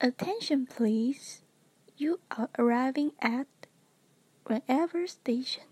Attention, please. You are arriving at whenever station.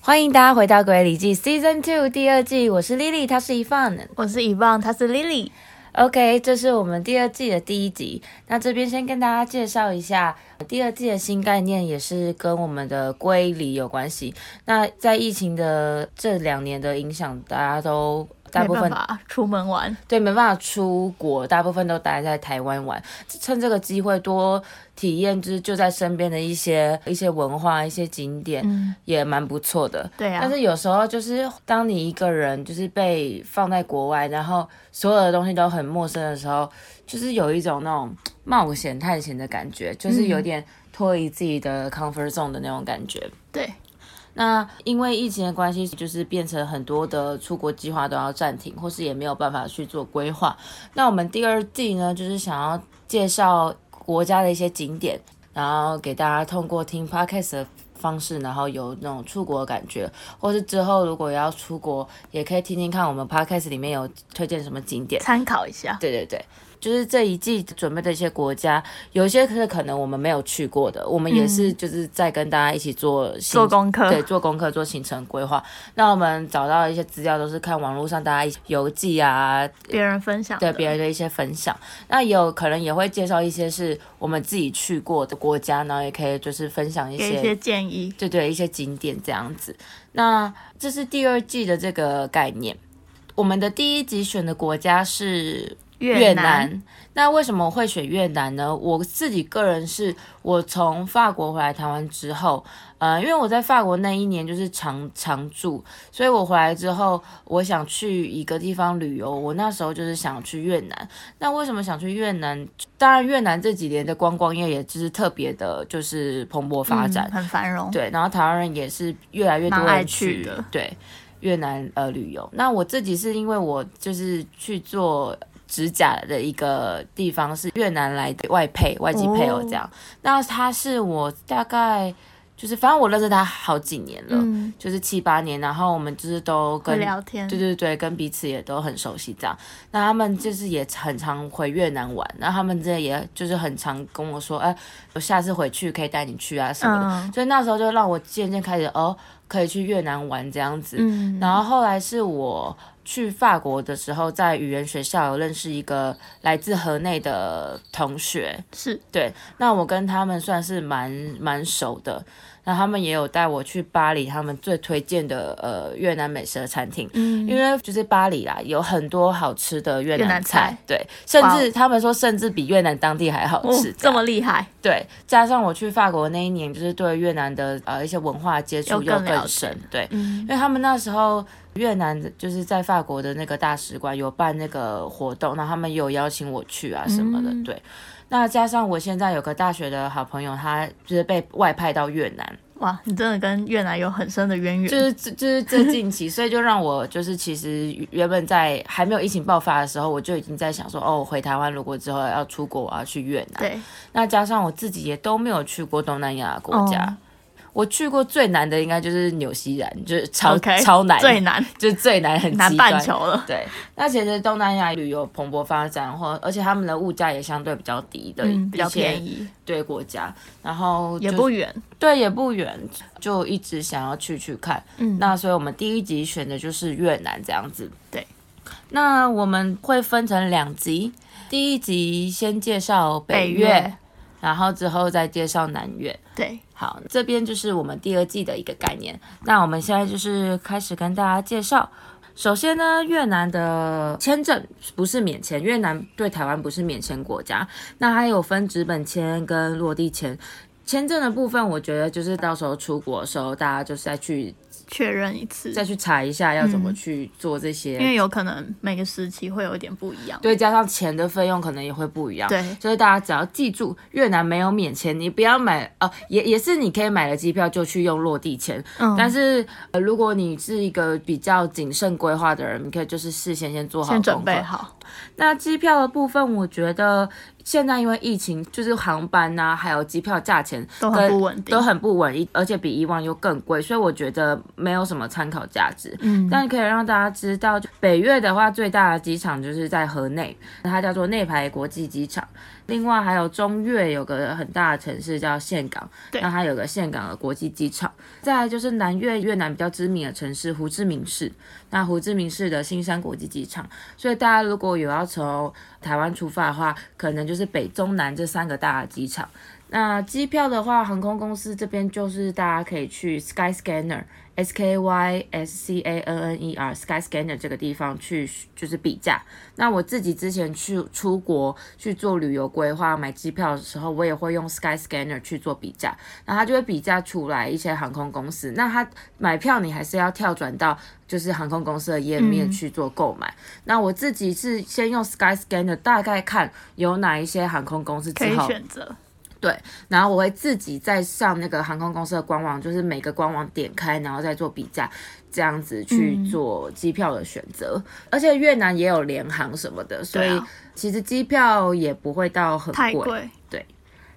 欢迎大家回到《鬼礼记》Season Two 第二季，我是 Lily，她是 Evan。我是遗忘，他是 Lily。 OK，这是我们第二季的第一集。那这边先跟大家介绍一下第二季的新概念，也是跟我们的归离有关系。那在疫情的这两年的影响，大家都大部分没办法啊出门玩，对，没办法出国，大部分都待在台湾玩。趁这个机会多体验，就是就在身边的一些一些文化、一些景点，嗯，也蛮不错的。对啊但是有时候就是当你一个人就是被放在国外，然后所有的东西都很陌生的时候，就是有一种那种冒险探险的感觉，就是嗯有点脱离自己的 comfort zone 的那种感觉。对，那因为疫情的关系，就是变成很多的出国计划都要暂停，或是也没有办法去做规划。那我们第二季呢，就是想要介绍国家的一些景点，然后给大家通过听 podcast 的方式，然后有那种出国的感觉，或是之后如果要出国，也可以听听看我们 podcast 里面有推荐什么景点。参考一下。对对对，就是这一季准备的一些国家，有一些是可能我们没有去过的，我们也是就是在跟大家一起做行嗯做功课对，做功课做行程规划。那我们找到一些资料都是看网络上大家一起游记啊，别人分享对的，别人的一些分享。那也有可能也会介绍一些是我们自己去过的国家，然后也可以就是分享给一些建议。对对，一些景点这样子。那这是第二季的这个概念。我们的第一集选的国家是越南南。那为什么会选越南呢？我自己个人是我从法国回来台湾之后，呃，因为我在法国那一年就是常常住，所以我回来之后，我想去一个地方旅游。我那时候就是想去越南。那为什么想去越南？当然，越南这几年的观光业也就是特别的，就是蓬勃发展嗯。很繁荣，对，然后台湾人也是越来越多蛮爱人去的对越南呃旅游。那我自己是因为我就是去做指甲的一个地方是越南来的外配外籍配哦偶这样，那他是我大概就是反正我认识他好几年了，嗯，就是七八年，然后我们就是都会跟聊天，对对对，跟彼此也都很熟悉这样。那他们就是也很常回越南玩，那他们这也就是很常跟我说，哎、我下次回去可以带你去啊什么的。嗯所以那时候就让我渐渐开始哦，可以去越南玩这样子。嗯，然后后来是我去法国的时候，在语言学校有认识一个来自河内的同学，是对，那我跟他们算是蛮蛮熟的，那他们也有带我去巴黎，他们最推荐的呃越南美食的餐厅，嗯因为就是巴黎啦，有很多好吃的越越南南菜对，甚哇至哦他们说甚至比越南当地还好哦吃，，这么厉害，对，加上我去法国那一年，就是对越南的呃一些文化接触又又更了更解深，对，嗯因为他们那时候越南的就是在法国的那个大使馆有办那个活动，然后他们有邀请我去啊什么的，嗯对。那加上我现在有个大学的好朋友，他就是被外派到越南，哇，你真的跟越南有很深的渊源， 就是这就是这近期， 所以就让我就是其实原本在还没有疫情爆发的时候，我就已经在想说，哦，我回台湾如果之后要出国，我要去越南。对，那加上我自己也都没有去过东南亚国家，哦我去过最难的应该就是纽西兰，就是超 OK，超难，最难就是最难很南极半端球了，对，那其实东南亚旅游蓬勃发展，或而且他们的物价也相对比较低的，嗯，比较便宜，宜，对国家，然后也就不远，对也不远，就一直想要去去看。嗯，那所以我们第一集选的就是越南这样子。对，那我们会分成两集，第一集先介绍北北越，越然后之后再介绍南越。对，好，这边就是我们第二季的一个概念。那我们现在就是开始跟大家介绍。首先呢，越南的签证不是免签，越南对台湾不是免签国家，那它有分纸本签跟落地签。签证的部分，我觉得就是到时候出国的时候，大家就是再去确认一次，再去查一下要怎么去做这些，因为有可能每个时期会有一点不一样，对，加上钱的费用可能也会不一样。对所以大家只要记住，越南没有免签，你不要买呃，也也是你可以买了机票就去用落地签，嗯但是、呃、如果你是一个比较谨慎规划的人，你可以就是事先先做好先准功课备。好，那机票的部分，我觉得现在因为疫情，就是航班呐、还有机票价钱都很跟不稳定都很不稳，而且比以往又更贵，所以我觉得没有什么参考价值。嗯，但可以让大家知道，就北越的话，最大的机场就是在河内，它叫做内排国际机场。另外还有中越有个很大的城市叫岘港，对那它有个岘港的国际机场。再来就是南越越南比较知名的城市胡志明市，那胡志明市的新山国际机场。所以大家如果有要从台湾出发的话，可能就是北中南这三个大的机场。那机票的话，航空公司这边就是大家可以去 Skyscanner。S K Y S C A N N E R Sky Scanner 这个地方去就是比价。那我自己之前去出国去做旅游规划、买机票的时候，我也会用 Sky Scanner 去做比价，然后它就会比价出来一些航空公司。那它买票你还是要跳转到就是航空公司的页面嗯去做购买。那我自己是先用 Sky Scanner 大概看有哪一些航空公司之可以后，选择。然后我会自己再上那个航空公司的官网，就是每个官网点开，然后再做比价，这样子去嗯做机票的选择。而且越南也有联航什么的，所对以啊，其实机票也不会到很太贵。贵，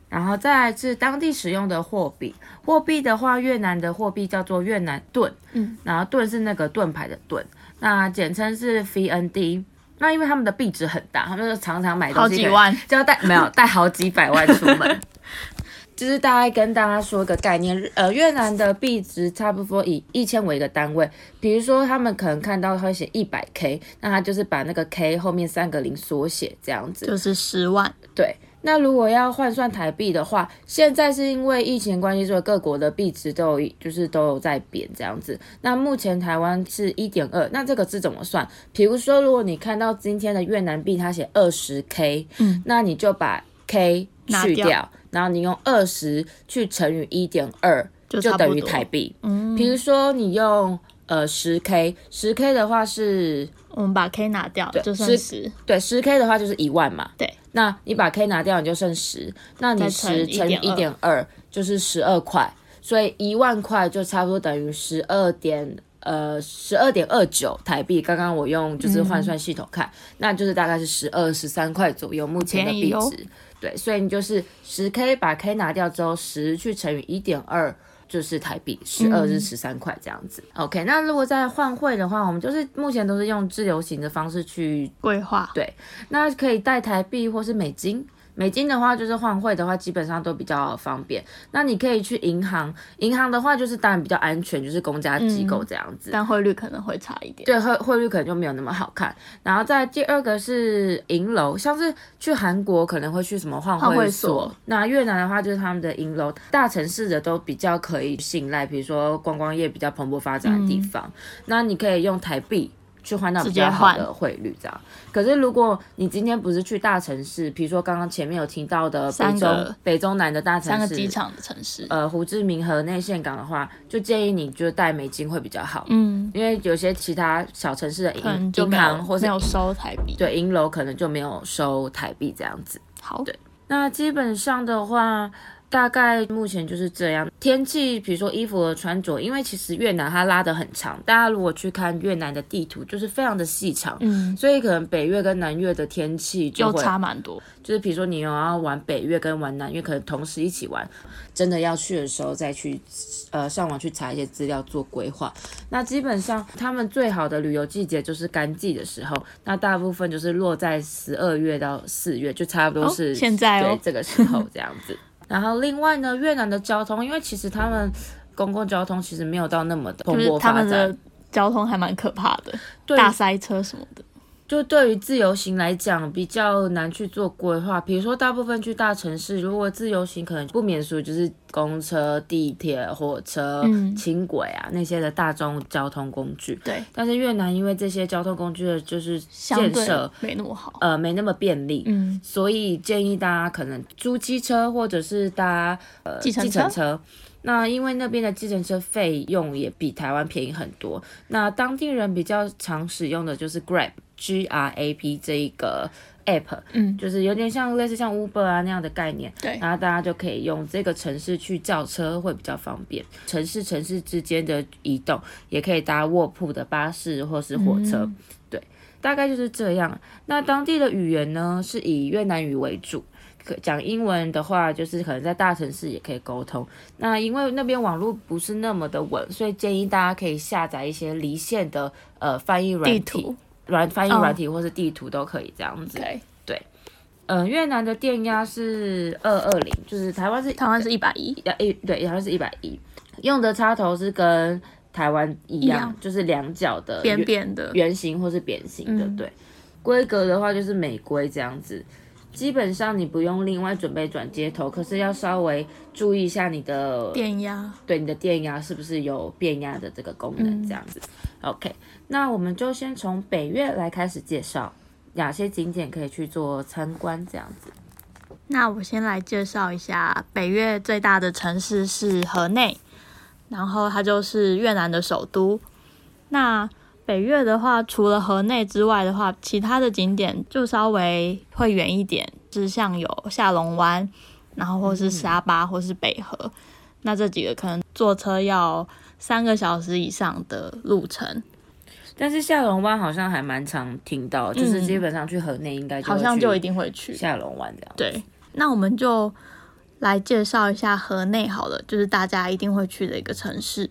然后再来是当地使用的货币，货币的话，越南的货币叫做越南盾，嗯，然后盾是那个盾牌的盾，那简称是 VND。那因为他们的币值很大，他们就常常买东好西几可能万。就要带没有带好几百万出门。 就是大概跟大家说个概念，呃，越南的币值差不多以一千为一个单位，比如说他们可能看到会写一百 K，那他就是把那个 K 后面三个零缩写这样子。就是十万，对，那如果要换算台币的话，现在是因为疫情关系，所以各国的币值都有就是都有在贬这样子。那目前台湾是一点二，那这个字怎么算？比如说，如果你看到今天的越南币，它写二十 K，嗯，那你就把 K 拿去掉然后你用二十去乘以一点二，就就差等不于多台币。嗯，比如说，你用呃十 K，十 K 的话是我们把 K 拿掉，就剩是十，对，十 K 的话就是一万嘛。对，那你把 K 拿掉，你就剩十，那你再乘十乘一点1.2二就是十二块，所以一万块就差不多等于十二点呃十二点二九台币。刚刚我用嗯就是换算系统看，那就是大概是十二十三块左右目前的便币宜哦值。对，所以你就是十 K 把 K 拿掉之后，十去乘以一点二。就是台币十二嗯是十三块这样子、OK，那如果在换汇的话，我们就是目前都是用自由行的方式去规划，那可以带台币或是美金。美金的话，就是换汇的话，基本上都比较方便。那你可以去银行，银行的话就是当然比较安全，就是公家机构这样子。但汇率可能会差一点。对汇汇率可能就没有那么好看，然后再第二个是银楼，像是去韩国可能会去什么换换汇汇所所，那越南的话就是他们的银楼，大城市的都比较可以信赖，比如说观光业比较蓬勃发展的地方，那你可以用台币。去换到比嗯直接较好换的汇率，这样。可是如果你今天不是去大城市，比如说刚刚前面有提到的北三个中、北中南的大城市，三个机场的城市，呃，胡志明和内岘港的话，就建议你就带美金会比较好。嗯，因为有些其他小城市的可能银就银没有行或是没有收台币。，对银楼可能就没有收台币这样子。好，对那基本上的话，大概目前就是这样。天气，比如说衣服的穿着，因为其实越南它拉得很长，大家如果去看越南的地图，就是非常的细长。嗯，所以可能北越跟南越的天气就又会，差蛮多。就是比如说你有要玩北越跟玩南越，可能同时一起玩，真的要去的时候再去呃上网去查一些资料做规划。那基本上他们最好的旅游季节就是干季的时候，那大部分就是落在十二月到四月，就差不多哦是、现在哦对这个时候这样子。然后另外呢，越南的交通，因为其实他们公共交通其实没有到那么的蓬就是勃他发们展的，交通还蛮可怕的，对于大塞车什么的。就对于自由行来讲，比较难去做规划。比如说，大部分去大城市，如果自由行，可能不免俗就是公车、地铁、火车、嗯轻轨啊那些的大众交通工具。对，但是越南因为这些交通工具的就是相建对设，没那么好。呃，没那么便利。嗯，所以建议大家可能租机车或者是搭呃计程车车那因为那边的计程车费用也比台湾便宜很多。那当地人比较常使用的就是 Grab G R A P 这一个 app，嗯就是有点像类似像 Uber 啊那样的概念。对然后大家就可以用这个城市去叫车会比较方便。城市城市之间的移动也可以搭卧铺的巴士或是火车。嗯大概就是这样。那当地的语言呢，是以越南语为主。可讲英文的话，就是可能在大城市也可以沟通。那因为那边网络不是那么的稳，所以建议大家可以下载一些离线的呃翻译软地体图，软翻译哦软体或是地图都可以这样子。对，呃，越南的电压是二二零，就是台湾是台湾是一百一，呃一对，台湾是一百一，用的插头是跟台湾一样，一样就是两角的扁扁的，呃圆形或是扁形的，嗯对。规格的话就是美规这样子，基本上你不用另外准备转接头，可是要稍微注意一下你的电压对你的电压是不是有变压的这个功能嗯这样子。OK，那我们就先从北越来开始介绍哪些景点可以去做参观这样子。那我先来介绍一下北越最大的城市是河内，然后它就是越南的首都。那北越的话，除了河内之外的话，其他的景点就稍微会远一点，就是像有下龙湾，然后或是沙巴，或是北河。那这几个可能坐车要三个小时以上的路程，但是下龙湾好像还蛮常听到，就是基本上去河内应该嗯好像就一定定会去。下龙湾这样。对，那我们就来介绍一下河内好了，就是大家一定会去的一个城市。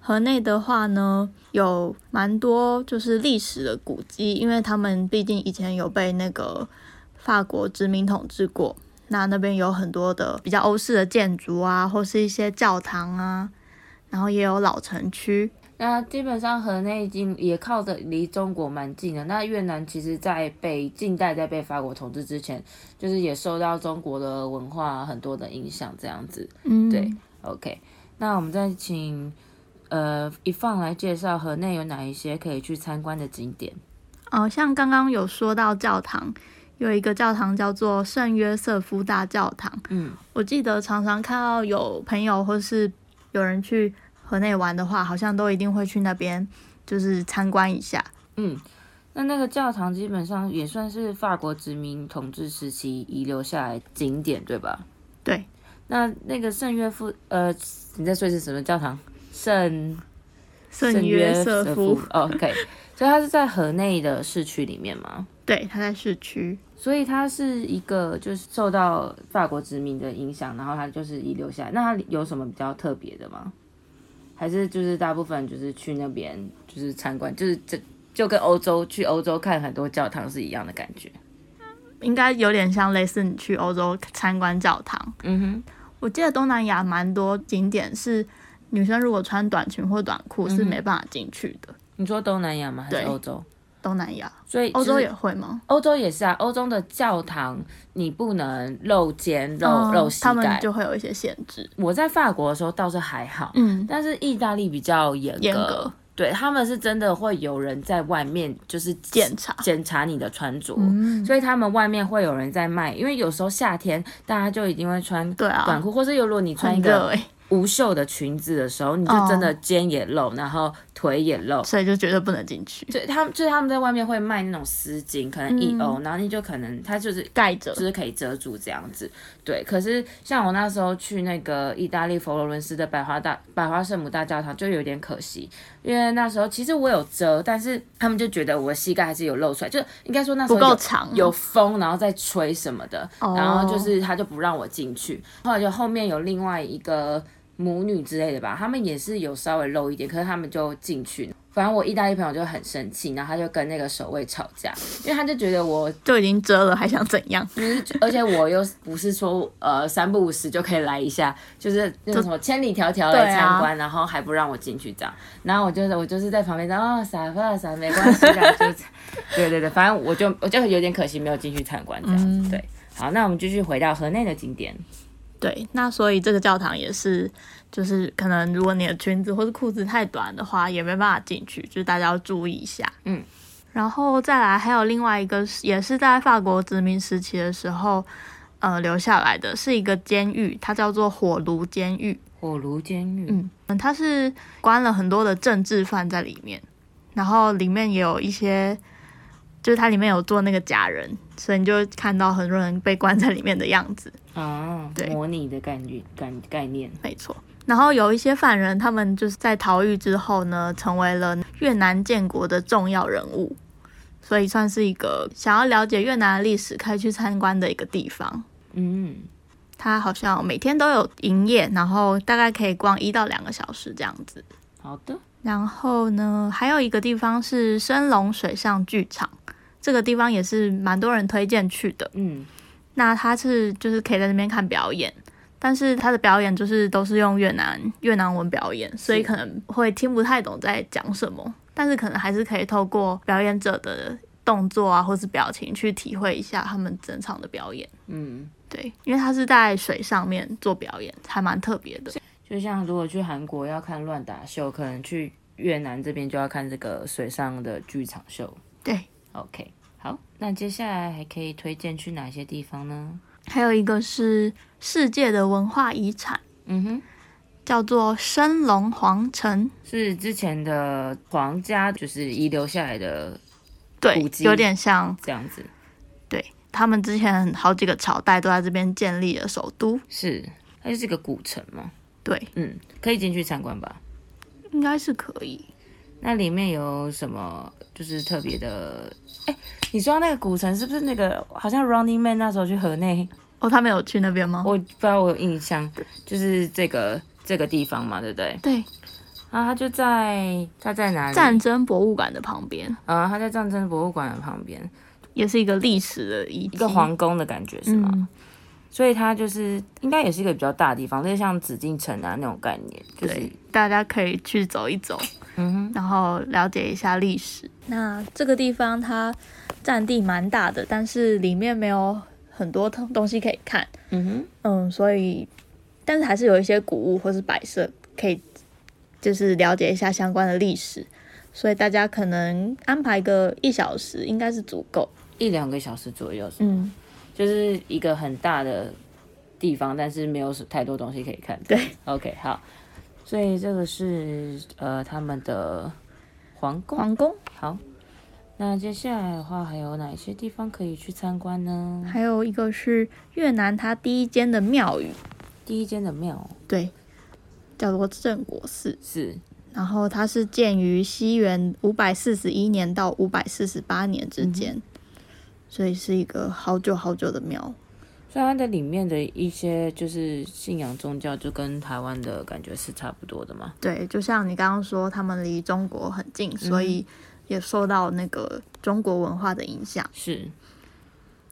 河内的话呢，有蛮多就是历史的古迹，因为他们毕竟以前有被那个法国殖民统治过，那那边有很多的比较欧式的建筑啊，或是一些教堂啊，然后也有老城区，那基本上河内已经也靠着离中国蛮近的。那越南其实，在被近代在被法国统治之前，就是也受到中国的文化很多的影响，这样子。嗯对，OK，那我们再请呃一放来介绍河内有哪一些可以去参观的景点。哦，像刚刚有说到教堂，有一个教堂叫做圣约瑟夫大教堂。嗯，我记得常常看到有朋友或是有人去河内玩的话，好像都一定会去那边，就是参观一下。那那个教堂基本上也算是法国殖民统治时期遗留下来的景点，对吧？对，那那个圣约夫，呃，你在说是什么教堂？圣圣约瑟夫，哦 OK，所以它是在河内的市区里面嘛，对，它在市区。所以它是一个就是受到法国殖民的影响，然后它就是遗留下来。那它有什么比较特别的吗？还是就是大部分就是去那边就是参观，就是这就跟欧洲去欧洲看很多教堂是一样的感觉。应该有点像类似你去欧洲参观教堂。嗯哼，我记得东南亚蛮多景点是女生如果穿短裙或短裤是没办法进去的。你说东南亚吗？还对是欧洲？东南亚，所以欧洲就是也会吗？欧洲也是啊，欧洲的教堂你不能露肩、露、嗯露膝他们盖。就会有一些限制。我在法国的时候倒是还好，嗯，但是意大利比较严格，严格对他们是真的会有人在外面就是检检查。检查你的穿着，嗯，所以他们外面会有人在卖，因为有时候夏天大家就一定会穿对啊短裤，或是如果你穿很一热哦个哎，无袖的裙子的时候，你就真的肩也露，然后腿也露。所以就绝对不能进去，对，他们就是他们在外面会卖那种丝巾，可能一嗯欧，然后你就可能它就是盖着就是可以遮住这样子。对，可是像我那时候去那个意大利佛罗伦斯的百花大百花圣母大教堂，就有点可惜，因为那时候其实我有遮，但是他们就觉得我的膝盖还是有露出来，就应该说那时不候够有。长，有风，然后再吹什么的，哦然后就是他就不让我进去。后来就后面有另外一个母女之类的吧，他们也是有稍微露一点，可是他们就进去。反正我意大利朋友就很生气，然后他就跟那个守卫吵架，因为他就觉得我就已经遮了，还想怎样？ 而且我又不是说呃三不五时就可以来一下，就是那种什么千里迢迢来啊参观，然后还不让我进去这样，然后我就是我就是在旁边说哦傻吧傻没关系啦，就对对对，反正我就我就有点可惜没有进去参观这样子，嗯对。好，那我们继续回到河内的景点。对，那所以这个教堂也是，就是可能如果你的裙子或是裤子太短的话，也没办法进去，就是大家要注意一下。嗯，然后再来还有另外一个是，也是在法国殖民时期的时候，呃，留下来的是一个监狱，它叫做火炉监狱。火炉监狱，嗯，它是关了很多的政治犯在里面，然后里面也有一些，就是它里面有做那个假人，所以你就看到很多人被关在里面的样子，啊，对模拟的感觉概概念，没错。然后有一些犯人，他们就是在逃狱之后呢，成为了越南建国的重要人物，所以算是一个想要了解越南的历史可以去参观的一个地方。嗯，它好像每天都有营业，然后大概可以逛一到两个小时这样子。好的，然后呢，还有一个地方是升龙水上剧场，这个地方也是蛮多人推荐去的。嗯，那他是就是可以在那边看表演，但是他的表演就是都是用越南越南文表演，所以可能会听不太懂在讲什么，但是可能还是可以透过表演者的动作啊或是表情去体会一下他们整场的表演。嗯，对，因为他是在水上面做表演，还蛮特别的。就像如果去韩国要看乱打秀，可能去越南这边就要看这个水上的剧场秀。对， OK，好，那接下来还可以推荐去哪些地方呢？还有一个是世界的文化遗产，嗯哼，叫做升龙皇城。是之前的皇家就是遗留下来的古对，迹有点像这样子，对他们之前好几个朝代都在这边建立了首都。是它就是一个古城嘛，对，嗯，可以进去参观吧。应该是可以。那里面有什么就是特别的？哎，你说到那个古城是不是那个好像 Running Man 那时候去河内？哦，他们有去那边吗？我不知道我有印象，就是这个这个地方嘛，对不对？对，啊，它就在它在哪里？战争博物馆的旁边，啊，它在战争博物馆的旁边，也是一个历史的遗迹。一个皇宫的感觉是吗？嗯，所以它就是应该也是一个比较大的地方，类似像紫禁城啊那种概念，就是对，大家可以去走一走。嗯哼，然后了解一下历史。那这个地方它占地蛮大的，但是里面没有很多东东西可以看，嗯哼，嗯，所以但是还是有一些古物或是摆设可以，就是了解一下相关的历史。所以大家可能安排个一小时应该是足够。一两个小时左右，嗯，就是一个很大的地方，但是没有太多东西可以看。 对，OK，好，所以这个是呃他们的皇宫。皇宫好，那接下来的话还有哪些地方可以去参观呢？还有一个是越南它第一间的庙宇，第一间的庙对，叫做镇国寺。是然后它是建于西元五百四十一年到五百四十八年之间，所以是一个好久好久的庙。所以它的里面的一些就是信仰宗教，就跟台湾的感觉是差不多的嘛。对，就像你刚刚说，他们离中国很嗯近，所以也受到那个中国文化的影响。是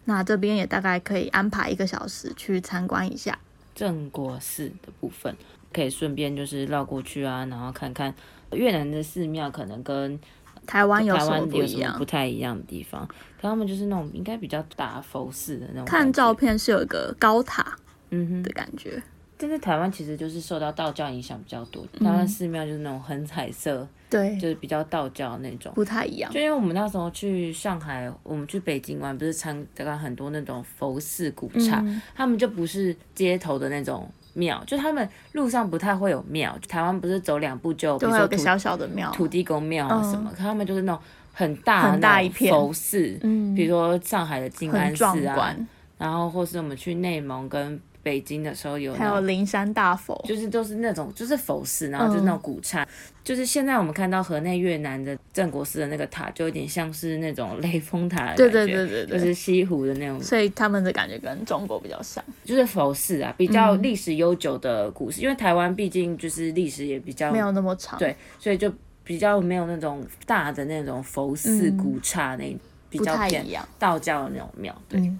那这边也大概可以安排一个小时去参观一下。正国寺的部分，可以顺便就是绕过去啊，然后看看越南的寺庙可能跟台湾有台什么湾不有一什么样不？太一样的地方？可他们就是那种应该比较大佛寺的那种。看照，片是有一个高塔嗯哼的，感觉，但是台湾其实就是受到道教影响比较多，嗯台湾寺庙就是那种很彩色，对，就是比较道教那种。不太一样就。因为我们那时候去上海，我们去北京玩，不是参观很多那种佛寺古刹，嗯他们就不是街头的那种庙，就他们路上不太会有庙。台湾不是走两步就，比就如会有说个土小小的庙，土地公庙啊什么，可他们就是那种很大很大那一种片佛寺，嗯比如说上海的静很安寺壮啊，观，然后或是我们去内蒙跟北京的时候有还那有种。灵山大佛，就是都是那种就是佛寺，然后就是嗯那种古刹，就是现在我们看到河内越南的镇国寺的那个塔，就有点像是那种雷峰塔的对感觉，对对对对，就是西湖的那种所以他们的感觉跟中国比较像。就是佛寺啊，比较嗯历史悠久的故事，因为台湾毕竟就是历史也比较没有那么长，，嗯对，所以就比较没有那种大的那种佛寺、嗯古刹那比不较太偏一样。道教的那种庙。对，嗯，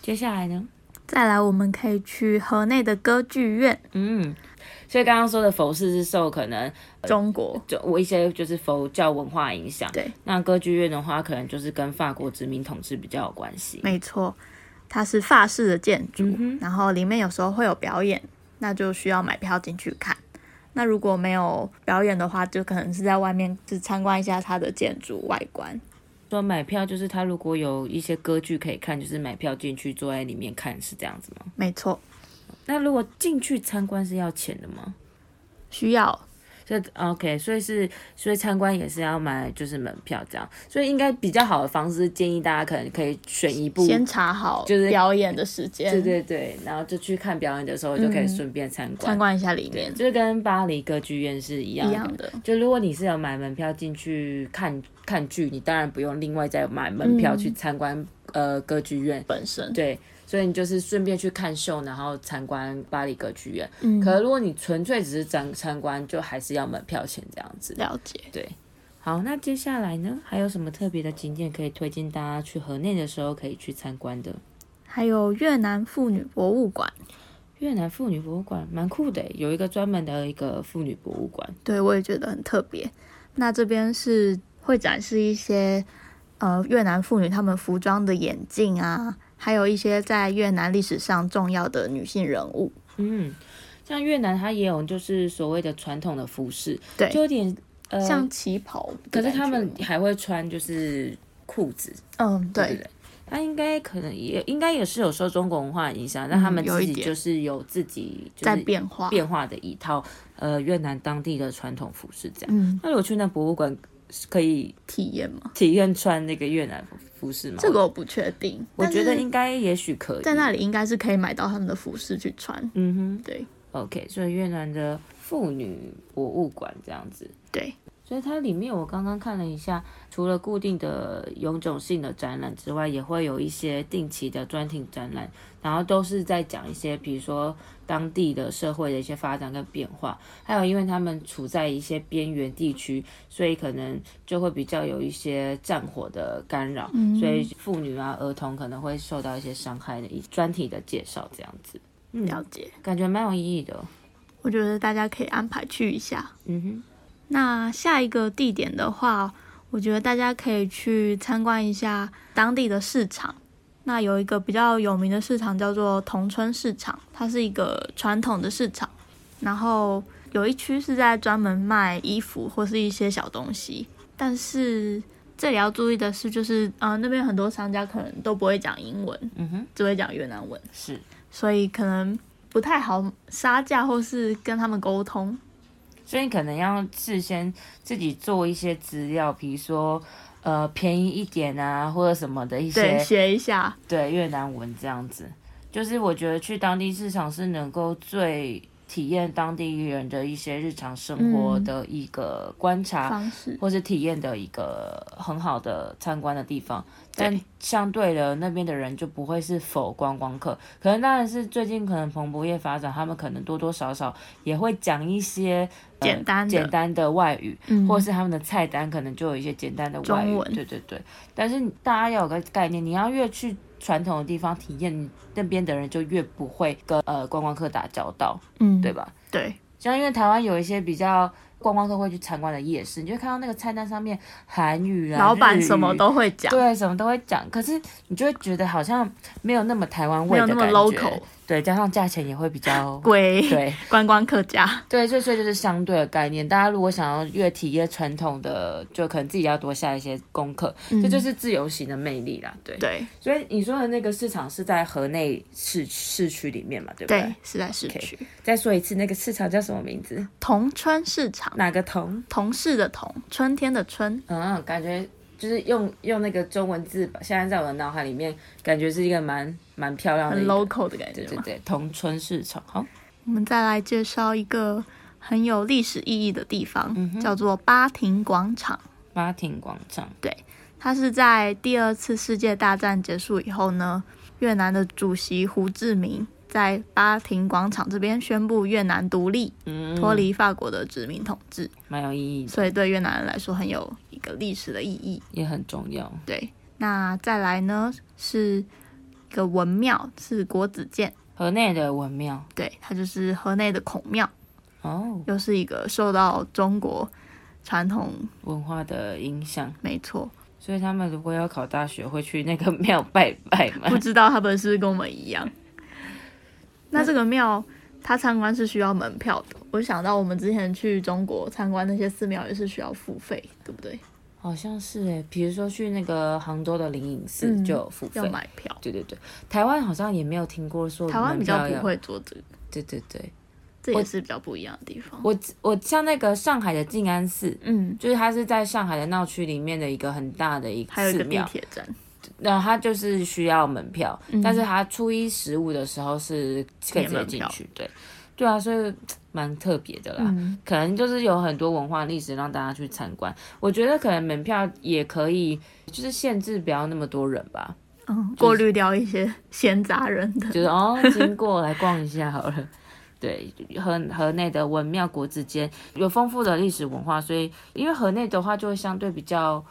接下来呢，再来我们可以去河内的歌剧院，嗯，所以刚刚说的佛寺是受可能中国。就我一些就是佛教文化影响，对，那歌剧院的话，可能就是跟法国殖民统治比较有关系。没错，它是法式的建筑，嗯哼然后里面有时候会有表演，那就需要买票进去看。那如果没有表演的话，就可能是在外面只参观一下它的建筑外观。说买票就是他如果有一些歌剧可以看，就是买票进去坐在里面看，是这样子吗？没错，那如果进去参观是要钱的吗？需要这 OK，所以是所以参观也是要买就是门票这样，所以应该比较好的方式建议大家可能可以选一部，先查好嗯就是表演的时间，对对对，然后就去看表演的时候就可以顺便参观，嗯参观一下里面就是跟巴黎歌剧院是一样一的。样的。就如果你是有买门票进去看看剧，你当然不用另外再买门票嗯去参观、呃歌剧院，本身对，所以你就是顺便去看秀，然后参观巴黎歌剧院。嗯可是如果你纯粹只是参参观，就还是要门票钱这样子。了解。好，那接下来呢，还有什么特别的景点可以推荐大家去河内的时候可以去参观的？还有越南妇女博物馆。越南妇女博物馆蛮酷的，欸有一个专门的一个妇女博物馆。对，我也觉得很特别。那这边是会展示一些呃越南妇女她们服装的眼镜啊，还有一些在越南历史上重要的女性人物。嗯，像越南它也有就是所谓的传统的服饰，对，就有点呃，像旗袍的可感觉。是他们还会穿就是裤子，嗯，对对不，对？他应该可能也应该也是有受中国文化的影响，让他们嗯有自一己点就是有自己就在是变化。变化的一套呃越南当地的传统服饰这样。嗯，那如果去那博物馆是可以体验嘛，体验穿那个越南服服饰吗？这个我不确定。我但觉得是应该也许可以在那里应该是可以买到他们的服饰去穿。嗯哼对，OK，所以越南的妇女博物馆这样子。对，所以它里面我刚刚看了一下，除了固定的永久性的展览之外，也会有一些定期的专题展览，然后都是在讲一些，比如说当地的社会的一些发展跟变化，还有因为他们处在一些边缘地区，所以可能就会比较有一些战火的干扰，嗯所以妇女啊、儿童可能会受到一些伤害的一专题的介绍这样子，嗯，了解。感觉蛮有意义的哦、我觉得大家可以安排去一下。嗯哼。那下一个地点的话，我觉得大家可以去参观一下当地的市场。那有一个比较有名的市场叫做同春市场，它是一个传统的市场，然后有一区是在专门卖衣服或是一些小东西。但是这里要注意的是，就是呃那边很多商家可能都不会讲英文，嗯哼，只会讲越南文，是。所以可能不太好杀价或是跟他们沟通。所以可能要事先自己做一些资料，比如说呃便宜一点啊，或者什么的一对，些学一下。对越南文这样子。就是我觉得去当地市场是能够最体验当地人的一些日常生活嗯的一个观察，方式。或是体验的一个很好的参观的地方，对但相对的那边的人就不会是否观光客，可能当然是最近可能蓬勃业发展，他们可能多多少少也会讲一些、呃简单的简单的外语，嗯或是他们的菜单可能就有一些简单的外中语，文对对对。但是大家要有个概念，你要越去传统的地方体验，那边的人就越不会跟呃观光客打交道，嗯，对吧？对，像因为台湾有一些比较观光客会去参观的夜市，你就会看到那个菜单上面韩语啊，老板日语什么都会讲，对，什么都会讲，可是你就会觉得好像没有那么台湾没味有的那感么觉。 local 对，加上价钱也会比较贵。归对观光客家。对，所以所以就是相对的概念。大家如果想要越体验传统的，就可能自己要多下一些功课。这就是自由行的魅力啦。嗯对，对所以你说的那个市场是在河内市市区里面嘛，对不对？对，是在市区再说一次，那个市场叫什么名字？同春市场，哪个同？同事的同，春天的春，嗯，感觉就是用用那个中文字吧，现在在我的脑海里面，感觉是一个蛮蛮漂亮的很一个 local 的感啊对觉对嘛。对，同春市场。好，我们再来介绍一个很有历史意义的地方，嗯叫做巴亭广场。马町广场。它是在第二次世界大战结束以后呢，越南的主席胡志明在巴亭广场这边宣布越南独立，嗯，脱离法国的殖民统治。蛮有意义的，所以对越南人来说很有一个历史的意义。也很重要。对，那再来呢是一个文庙，是国子监，河内的文庙对，它就是河内的孔庙，哦，又是一个受到中国传统，文化的影响，没错，所以他们如果要考大学，会去那个庙拜拜嘛不。知道他们是不是跟我们一样。 那这个庙，它参观是需要门票的。我想到我们之前去中国参观那些寺庙也是需要付费，对不对？好像是哎，比如说去那个杭州的灵隐寺嗯就有付费要。买票。对对对，台湾好像也没有听过说台湾门比较票不要。会做这个，对对对，这也是比较不一样的地方。我我像那个上海的静安寺，嗯，就是它是在上海的闹区里面的一个很大的一还有一个寺个地庙，铁站，那它就是需要门票，嗯但是它初一十五的时候是可以直接进去，对，对啊，所以蛮特别的啦。嗯，可能就是有很多文化历史让大家去参观，我觉得可能门票也可以，就是限制不要那么多人吧，嗯，过滤掉一些闲杂人的，就是哦，经过来逛一下好了。 对，河河内的文庙国之间有丰富的历史文化，所以因为河内的话就会相对比较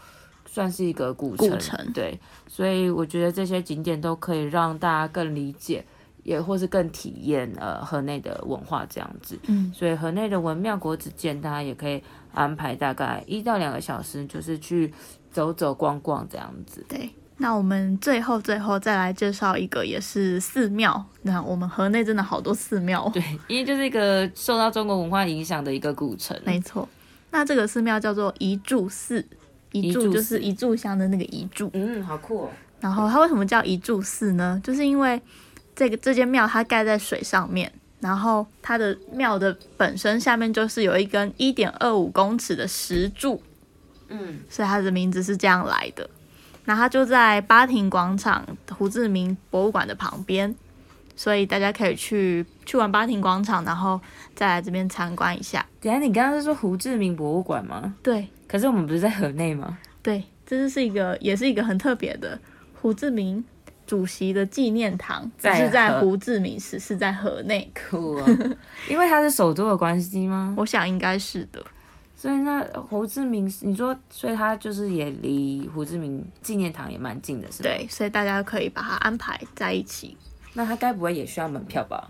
算是一个古古城对，所以我觉得这些景点都可以让大家更理解，也或是更体验呃河内的文化这样子。嗯，所以河内的文庙国子监，大家也可以安排大概一到两个小时，就是去走走逛逛这样子。对。那我们最后最后再来介绍一个，也是寺庙。那我们河内真的好多寺庙哦，对，因为就是一个受到中国文化影响的一个古城。没错。那这个寺庙叫做一柱寺，一一柱柱就寺是一炷香的那个一柱。嗯，好酷哦！然后它为什么叫一柱寺呢？就是因为这个这间庙它盖在水上面，然后它的庙的本身下面就是有一根一点二五公尺的石柱，嗯，所以它的名字是这样来的。那它就在巴亭广场胡志明博物馆的旁边，所以大家可以去去完巴亭广场，然后再来这边参观一下。等一下你刚刚是说胡志明博物馆吗？对可是我们不是在河内吗？对，这就是一个也是一个很特别的胡志明主席的纪念堂，只在是在河胡志明市，是在河内。酷哦啊！ 因为它是首都的关系吗？我想应该是的，所以那胡志明，你说，所以它就是也离胡志明纪念堂也蛮近的，是吗？。对，所以大家可以把它安排在一起。那它该不会也需要门票吧？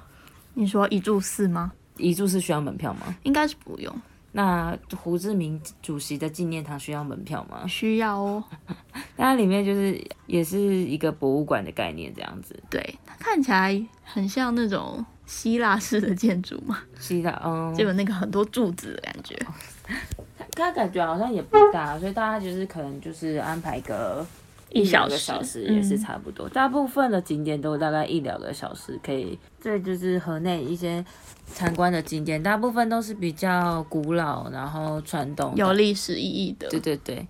你说一柱寺吗？遗嘱是需要门票吗？应该是不用，那胡志明主席的纪念堂需要门票吗？需要哦。那它里面就是也是一个博物馆的概念，这样子。对，它看起来很像那种希腊式的建筑嘛，希腊，嗯，就有那个很多柱子的感觉。它感觉好像也不大，所以大家就是可能就是安排个一小时嗯两个小时嗯也是差不多。大部分的景点都大概一两个小时可以，这就是河内一些参观的景点，大部分都是比较古老，然后传统的有历史意义的，对对对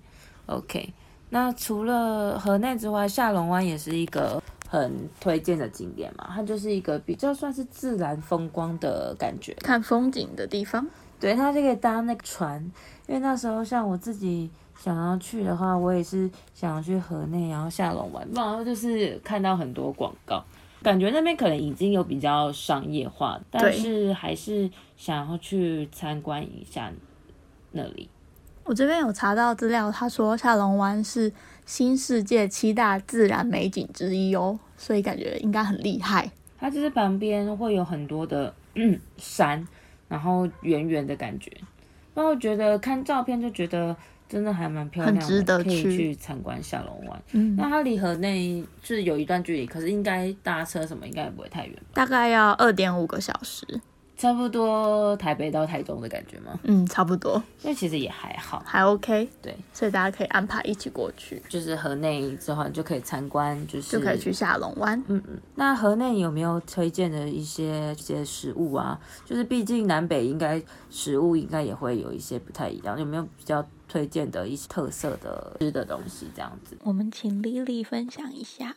，OK。那除了河内之外，下龙湾也是一个很推荐的景点嘛，它就是一个比较算是自然风光的感觉。看风景的地方。对，它就可以搭那个船，因为那时候像我自己想要去的话，我也是想要去河内，然后下龙湾，然后就是看到很多广告。感觉那边可能已经有比较商业化，但对是还是想要去参观一下那里。我这边有查到资料，他说下龙湾是新世界七大自然美景之一哦，所以感觉应该很厉害。它就是旁边会有很多的、 嗯、山，然后圆圆的感觉。那我觉得看照片就觉得真的还蛮漂亮的，很值得可以去去参观下龙湾。嗯，那它离河内是有一段距离，可是应该搭车什么应该也不会太远，大概要二点五个小时，差不多台北到台中的感觉吗？嗯，差不多所以其实也还好。还 OK。对，所以大家可以安排一起过去，就是河内之后你就可以参观，就是就可以去下龙湾。嗯嗯，那河内有没有推荐的一些一些食物啊？就是毕竟南北应该食物应该也会有一些不太一样，有没有比较推荐的一些特色的吃的东西这样子？我们请 Lily 分享一下。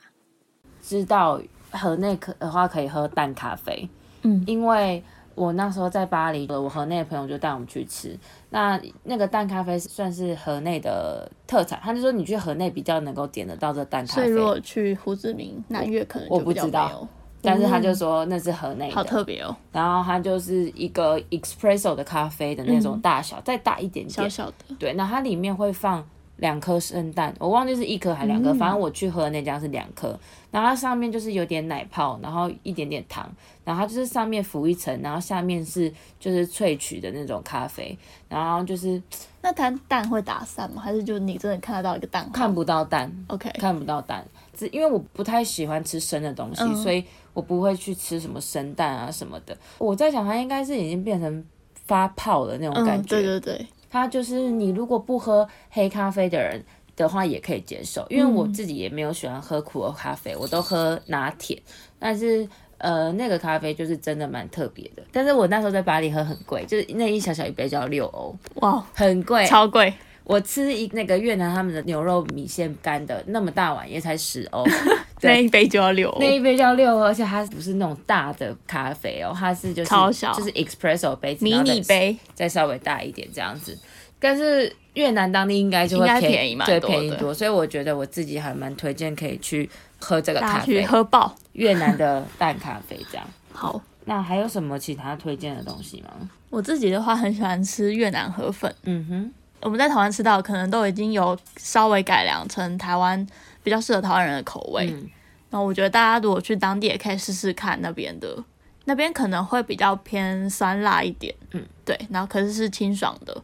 知道河内可的话可以喝淡咖啡，嗯，因为我那时候在巴黎，我河内的朋友就带我们去吃。那那个淡咖啡算是河内的特产，他就说你去河内比较能够点得到这淡咖所以啡如，果去胡志明南越，可能我就比较不知没道有。但是他就说那是河内嗯的，好特别哦，然后它就是一个 espresso 的咖啡的那种大小，再大一点嗯小点。小的，对，那它里面会放两颗生蛋，我忘记是一颗还两嗯颗，反正我去喝那家是两颗。然后它上面就是有点奶泡，然后一点点糖，然后它就是上面浮一层，然后下面是就是萃取的那种咖啡，然后就是那它蛋会打散吗？还是就你真的看得到一个蛋黄看不到蛋， ？OK，看不到蛋，只因为我不太喜欢吃生的东西，嗯所以我不会去吃什么生蛋啊什么的。我在想，它应该是已经变成发泡的那种感嗯，觉。对对对，它就是你如果不喝黑咖啡的人的话，也可以接受，因为我嗯自己也没有喜欢喝苦的咖啡，我都喝拿铁，但是。呃，那个咖啡就是真的蛮特别的，但是我那时候在巴黎喝很贵，就是那一小小一杯就要六欧，哇，很贵，超贵，我吃一那个越南他们的牛肉米线干的那么大碗也才十 欧，对那一杯就要六欧那一杯叫六欧，而且它不是那种大的咖啡哦，它是就是超小就是 espresso 杯子，迷然后再你，杯，再稍微大一点这样子。但是越南当地应该就会应该便便宜蛮对多便宜的多，所以我觉得我自己还蛮推荐可以去喝这个大咖家去啡，喝爆。越南的淡咖啡这样。好，那还有什么其他推荐的东西吗？我自己的话很喜欢吃越南河粉，嗯哼，我们在台湾吃到的可能都已经有稍微改良成台湾比较适合台湾人的口味。嗯那我觉得大家如果去当地也可以试试看那边的，那边可能会比较偏酸辣一点，嗯，对，然后可是是清爽的，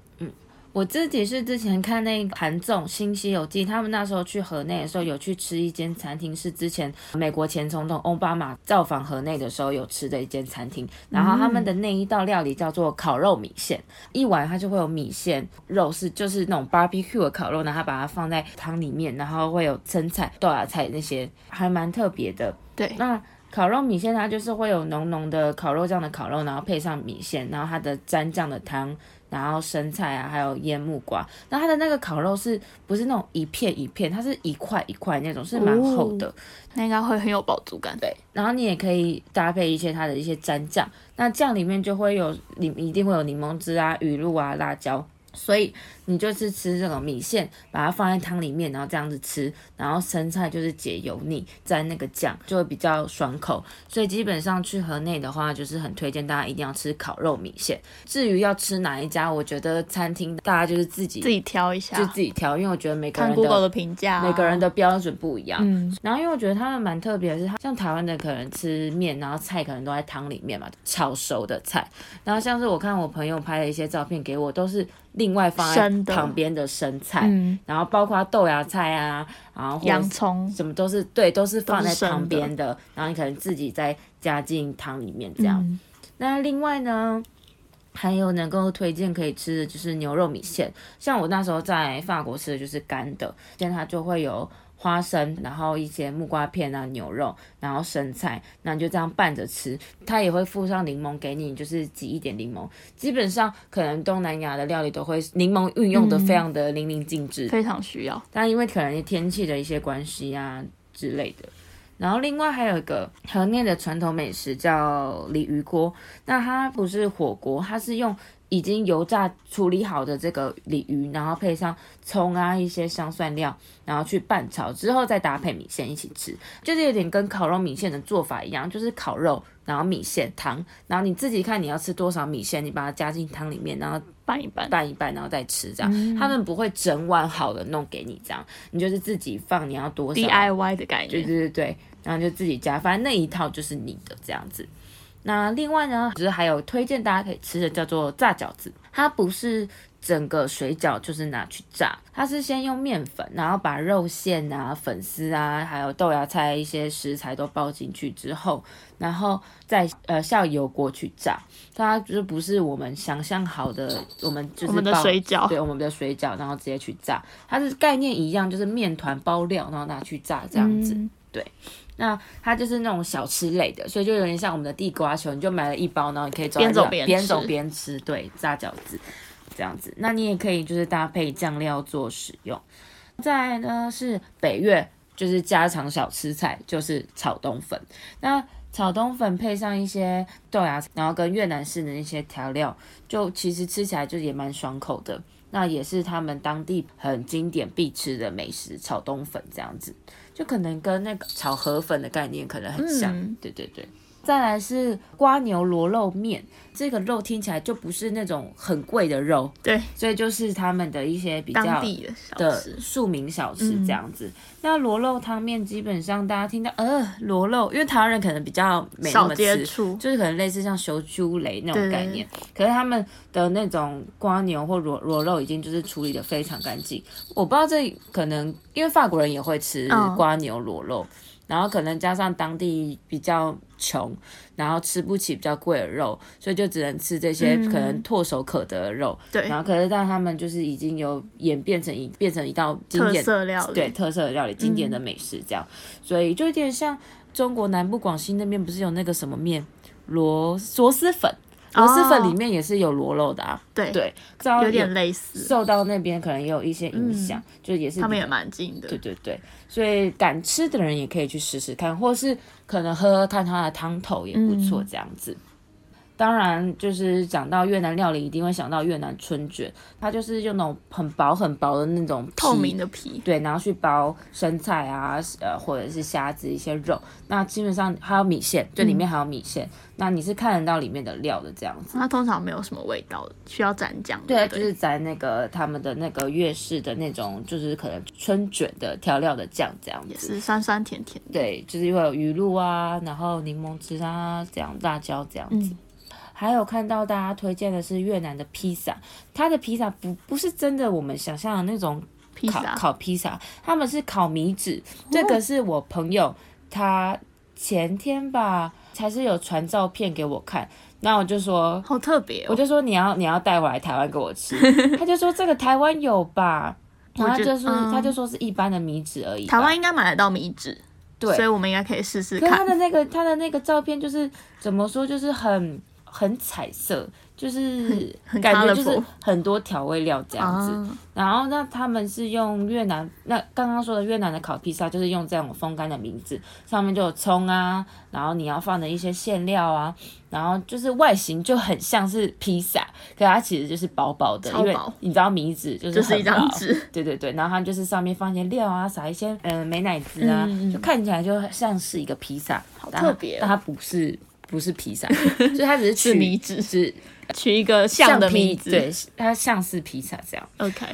我自己是之前看那个韩综《新西游记》，他们那时候去河内的时候，有去吃一间餐厅，是之前美国前总统奥巴马造访河内的时候有吃的一间餐厅。然后他们的那一道料理叫做烤肉米线，一碗它就会有米线、肉是就是那种 barbecue 的烤肉，然后它把它放在汤里面，然后会有生菜、豆芽菜那些，还蛮特别的。对，那烤肉米线它就是会有浓浓的烤肉酱的烤肉，然后配上米线，然后它的蘸酱的汤，然后生菜啊，还有腌木瓜。那它的那个烤肉是不是那种一片一片？它是一块一块那种，是蛮厚的。那应该会很有饱足感。对，然后你也可以搭配一些它的一些蘸酱，那酱里面就会有你一定会有柠檬汁啊、鱼露啊、辣椒，所以你就是吃这种米线，把它放在汤里面，然后这样子吃，然后生菜就是解油腻，蘸那个酱就会比较爽口。所以基本上去河内的话，就是很推荐大家一定要吃烤肉米线。至于要吃哪一家，我觉得餐厅大家就是自己自己挑一下就，自己挑，因为我觉得每个看人 Google 的评价啊、每个人的标准不一样。嗯然后因为我觉得他们蛮特别的是，像台湾的可能吃面，然后菜可能都在汤里面嘛，炒熟的菜。然后像是我看我朋友拍的一些照片给我，都是另外放生在的旁边的生菜，嗯，然后包括豆芽菜啊，然后或者洋是葱，什么都是对，都是放都在是生的旁边的，然后你可能自己再加进汤里面这样。嗯那另外呢，还有能够推荐可以吃的就是牛肉米线，像我那时候在法国吃的就是干的，现在它就会有。花生，然后一些木瓜片啊、牛肉，然后生菜，那你就这样拌着吃。它也会附上柠檬给你，你就是挤一点柠檬。基本上可能东南亚的料理都会柠檬运用的非常的淋漓尽致，非常需要。但因为可能天气的一些关系啊之类的。然后另外还有一个河内的传统美食叫鲤鱼锅，那它不是火锅，它是用已经油炸处理好的这个鲤鱼，然后配上葱啊一些香蒜料，然后去拌炒之后再搭配米线一起吃，就是有点跟烤肉米线的做法一样，就是烤肉然后米线汤，然后你自己看你要吃多少米线，你把它加进汤里面，然后拌一拌，拌一拌，然后再吃这样。他们不会整碗好的弄给你这样，你就是自己放你要多少。 DIY 的概对念，对对对，然后就自己加，反正那一套就是你的这样子。那另外呢，就是还有推荐大家可以吃的叫做炸饺子，它不是整个水饺就是拿去炸，它是先用面粉，然后把肉馅啊、粉丝啊，还有豆芽菜一些食材都包进去之后，然后再呃下油锅去炸，它就是不是我们想象好的，我们就是我们的包水饺对我们的水饺，然后直接去炸，它是概念一样，就是面团包料，然后拿去炸这样子。嗯那它就是那种小吃类的，所以就有点像我们的地瓜球，你就买了一包，然后你可以走在边走路上边边吃走边吃，对，炸饺子这样子。那你也可以就是搭配酱料做使用。再来呢是北越，就是家常小吃菜，就是炒冬粉。那炒冬粉配上一些豆芽，然后跟越南式的那些调料，就其实吃起来就也蛮爽口的。那也是他们当地很经典必吃的美食，炒冬粉这样子，就可能跟那个炒河粉的概念可能很像。嗯对对对。再来是瓜牛螺肉面，这个肉听起来就不是那种很贵的肉，对，所以就是他们的一些比较当地的小的吃，庶民小吃嗯这样子。那螺肉汤面基本上大家听到呃螺肉，因为台湾人可能比较没那少么接吃，触，就是可能类似像修猪雷那对对种概念。可是他们的那种瓜牛或螺螺肉已经就是处理的非常干净。我不知道这可能因为法国人也会吃嗯瓜牛螺肉。然后可能加上当地比较穷，然后吃不起比较贵的肉，所以就只能吃这些嗯可能唾手可得的肉。对然，后可是但他们就是已经有演变成一变成一道经特典色料理，对特色的料理、经典的美食这样，所以就有点像中国南部广西那边不是有那个什么面螺螺蛳粉，螺蛳粉里面也是有螺肉的啊，哦对对，稍有点类似，嗯受到那边可能也有一些影响，就也是他们比也蛮近的，对对对，所以敢吃的人也可以去试试看，或是可能喝喝看它的汤头也不错，嗯这样子。当然，就是讲到越南料理，一定会想到越南春卷，它就是用那种很薄很薄的那种皮透明的皮，对，然后去包生菜啊，呃，或者是虾子一些肉。那基本上还有米线，就里面还有米线，那你是看得到里面的料的这样子。它通常没有什么味道，需要蘸酱。对，不就是在那个他们的那个粤式的那种，就是可能春卷的调料的酱这样也子。是酸酸甜甜的。对，就是会有鱼露啊，然后柠檬汁啊，这样辣椒这样子。嗯还有看到大家推荐的是越南的披萨，它的披萨不不是真的我们想象的那种披烤萨哦烤披萨，他们是烤米纸。这个是我朋友他前天吧，才是有传照片给我看，那我就说，好特别我哦，就说你要你要带回来台湾给 我吃，他就说这个台湾有吧，然后他我觉得就说、嗯他就说是一般的米纸而已吧，台湾应该买得到米纸，对所以我们应该可以试试可是他看。的那个他的那个照片就是怎么说，就是很很彩色，就是很很感觉就是 colourful 很多调味料这样子。啊，然后那他们是用越南那刚刚说的越南的烤披萨，就是用这种风干的名字，上面就有葱啊，然后你要放的一些馅料啊，然后就是外形就很像是披萨，可它其实就是薄薄的，超因为薄你知道米纸就是就是一很薄张纸，对对对，然后它就是上面放一些料啊，撒一些嗯、呃美乃滋啊，嗯嗯就看起来就像是一个披萨，好特别哦但它不是不是 披萨，就是它只是取是米纸 是取一个像的披名字。对，它像是披萨这样。 ，OK，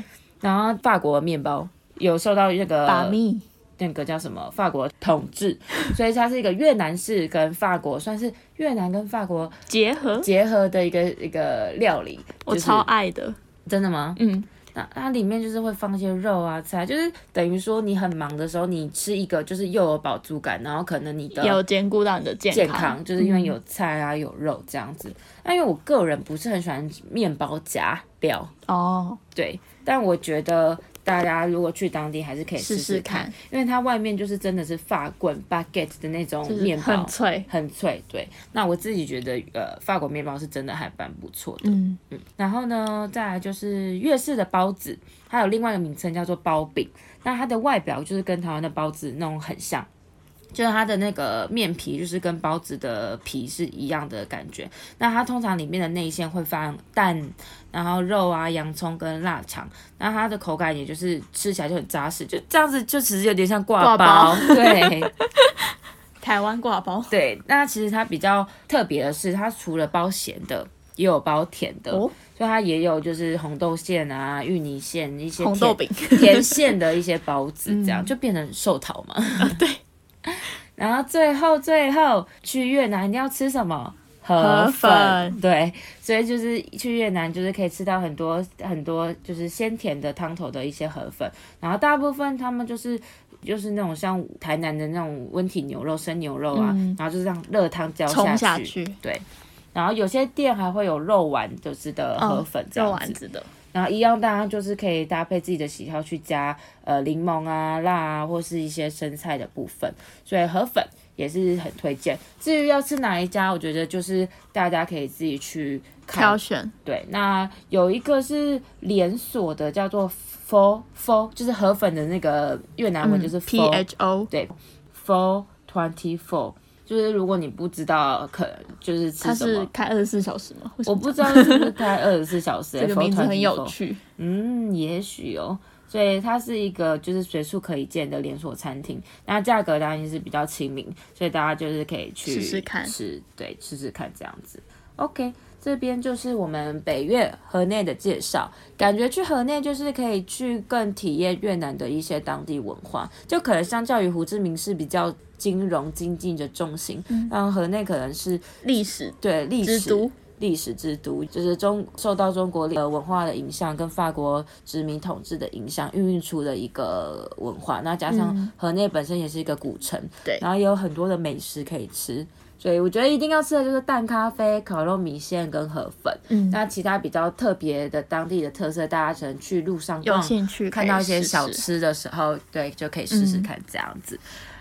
然后法国的面包有受到那个把蜜那个叫什么法国统 治，所以它是一个越南式跟法国算是越南跟法国结合，结合的一个一个料理。我就是超爱的。真的吗？嗯，那它里面就是会放一些肉啊菜，就是等于说你很忙的时候，你吃一个就是又有饱足感，然后可能你的也有兼顾到你的健健康，就是因为有菜啊有肉这样子。那因为我个人不是很喜欢面包夹料，哦，对，但我觉得大家如果去当地还是可以试试试看，看，因为它外面就是真的是法棍 baguette 的那种就是面包很。脆。很脆，对。那我自己觉得，呃，法国面包是真的还蛮不错的。嗯，然后呢，再来就是粤式的包子，它有另外一个名称叫做包饼。那它的外表就是跟台湾的包子那种很像，就是它的那个面皮就是跟包子的皮是一样的感觉。那它通常里面的内馅会放蛋，然后肉啊、洋葱跟腊肠。那它的口感也就是吃起来就很扎实，就这样子，就其实有点像挂挂包 对。台湾挂包对，那其实它比较特别的是，它除了包咸的，也有包甜的，哦所以它也有就是红豆馅啊、芋泥馅一些红豆饼，甜甜馅的一些包子，这样、嗯啊就变成寿桃嘛。对。 然后最后最后去越南，你要吃什么？河河粉粉对，所以就是去越南，就是可以吃到很多很多就是鲜甜的汤头的一些河粉，然后大部分他们就是就是那种像台南的那种温体牛肉、生牛肉啊，嗯然后就是让热汤浇冲下下去，去，然后有些店还会有肉丸，就是的河粉这哦肉样子，丸子的，然后一样大家就是可以搭配自己的喜好去加呃柠檬啊、辣啊，或是一些生菜的部分，所以河粉也是很推荐。至于要吃哪一家，我觉得就是大家可以自己去挑看。选对，那有一个是连锁的，叫做 Fo Fo，就是河粉的那个越南文就是嗯 P Pho H O，对，Four Twenty Four，就是如果你不知道，可就是吃它什是么，开二十四小时吗？为什我么不知道是不是开二十四小时、 这个名字很有424趣，嗯，也许哦。所以它是一个就是随处可以见的连锁餐厅，那价格当然是比较亲民，所以大家就是可以去试试看吃对，试试看这样子。OK，这边就是我们北越河内的介绍，感觉去河内就是可以去更体验越南的一些当地文化，就可能相较于胡志明市比较金融经济的重心，让河内可能是历史对历嗯之史都，历史之都，就是中受到中国呃文化的影响跟法国殖民统治的影响，孕育出的一个文化。那加上嗯河内本身也是一个古城，对然后也有很多的美食可以吃。所以我觉得一定要吃的就是蛋咖啡、烤肉米线跟河粉。嗯，那其他比较特别的当地的特色，大家可能去路上有逛兴趣看到一些小小吃。吃的时候，对，就可以试试嗯看这样子。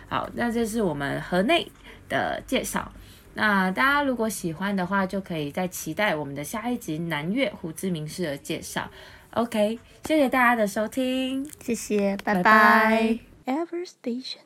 好，那这是我们河内的介绍。那大家如果喜欢的话，就可以再期待我们的下一集南越胡志明市的介绍。OK，谢谢大家的收听。谢谢，拜拜拜拜。Ever Station。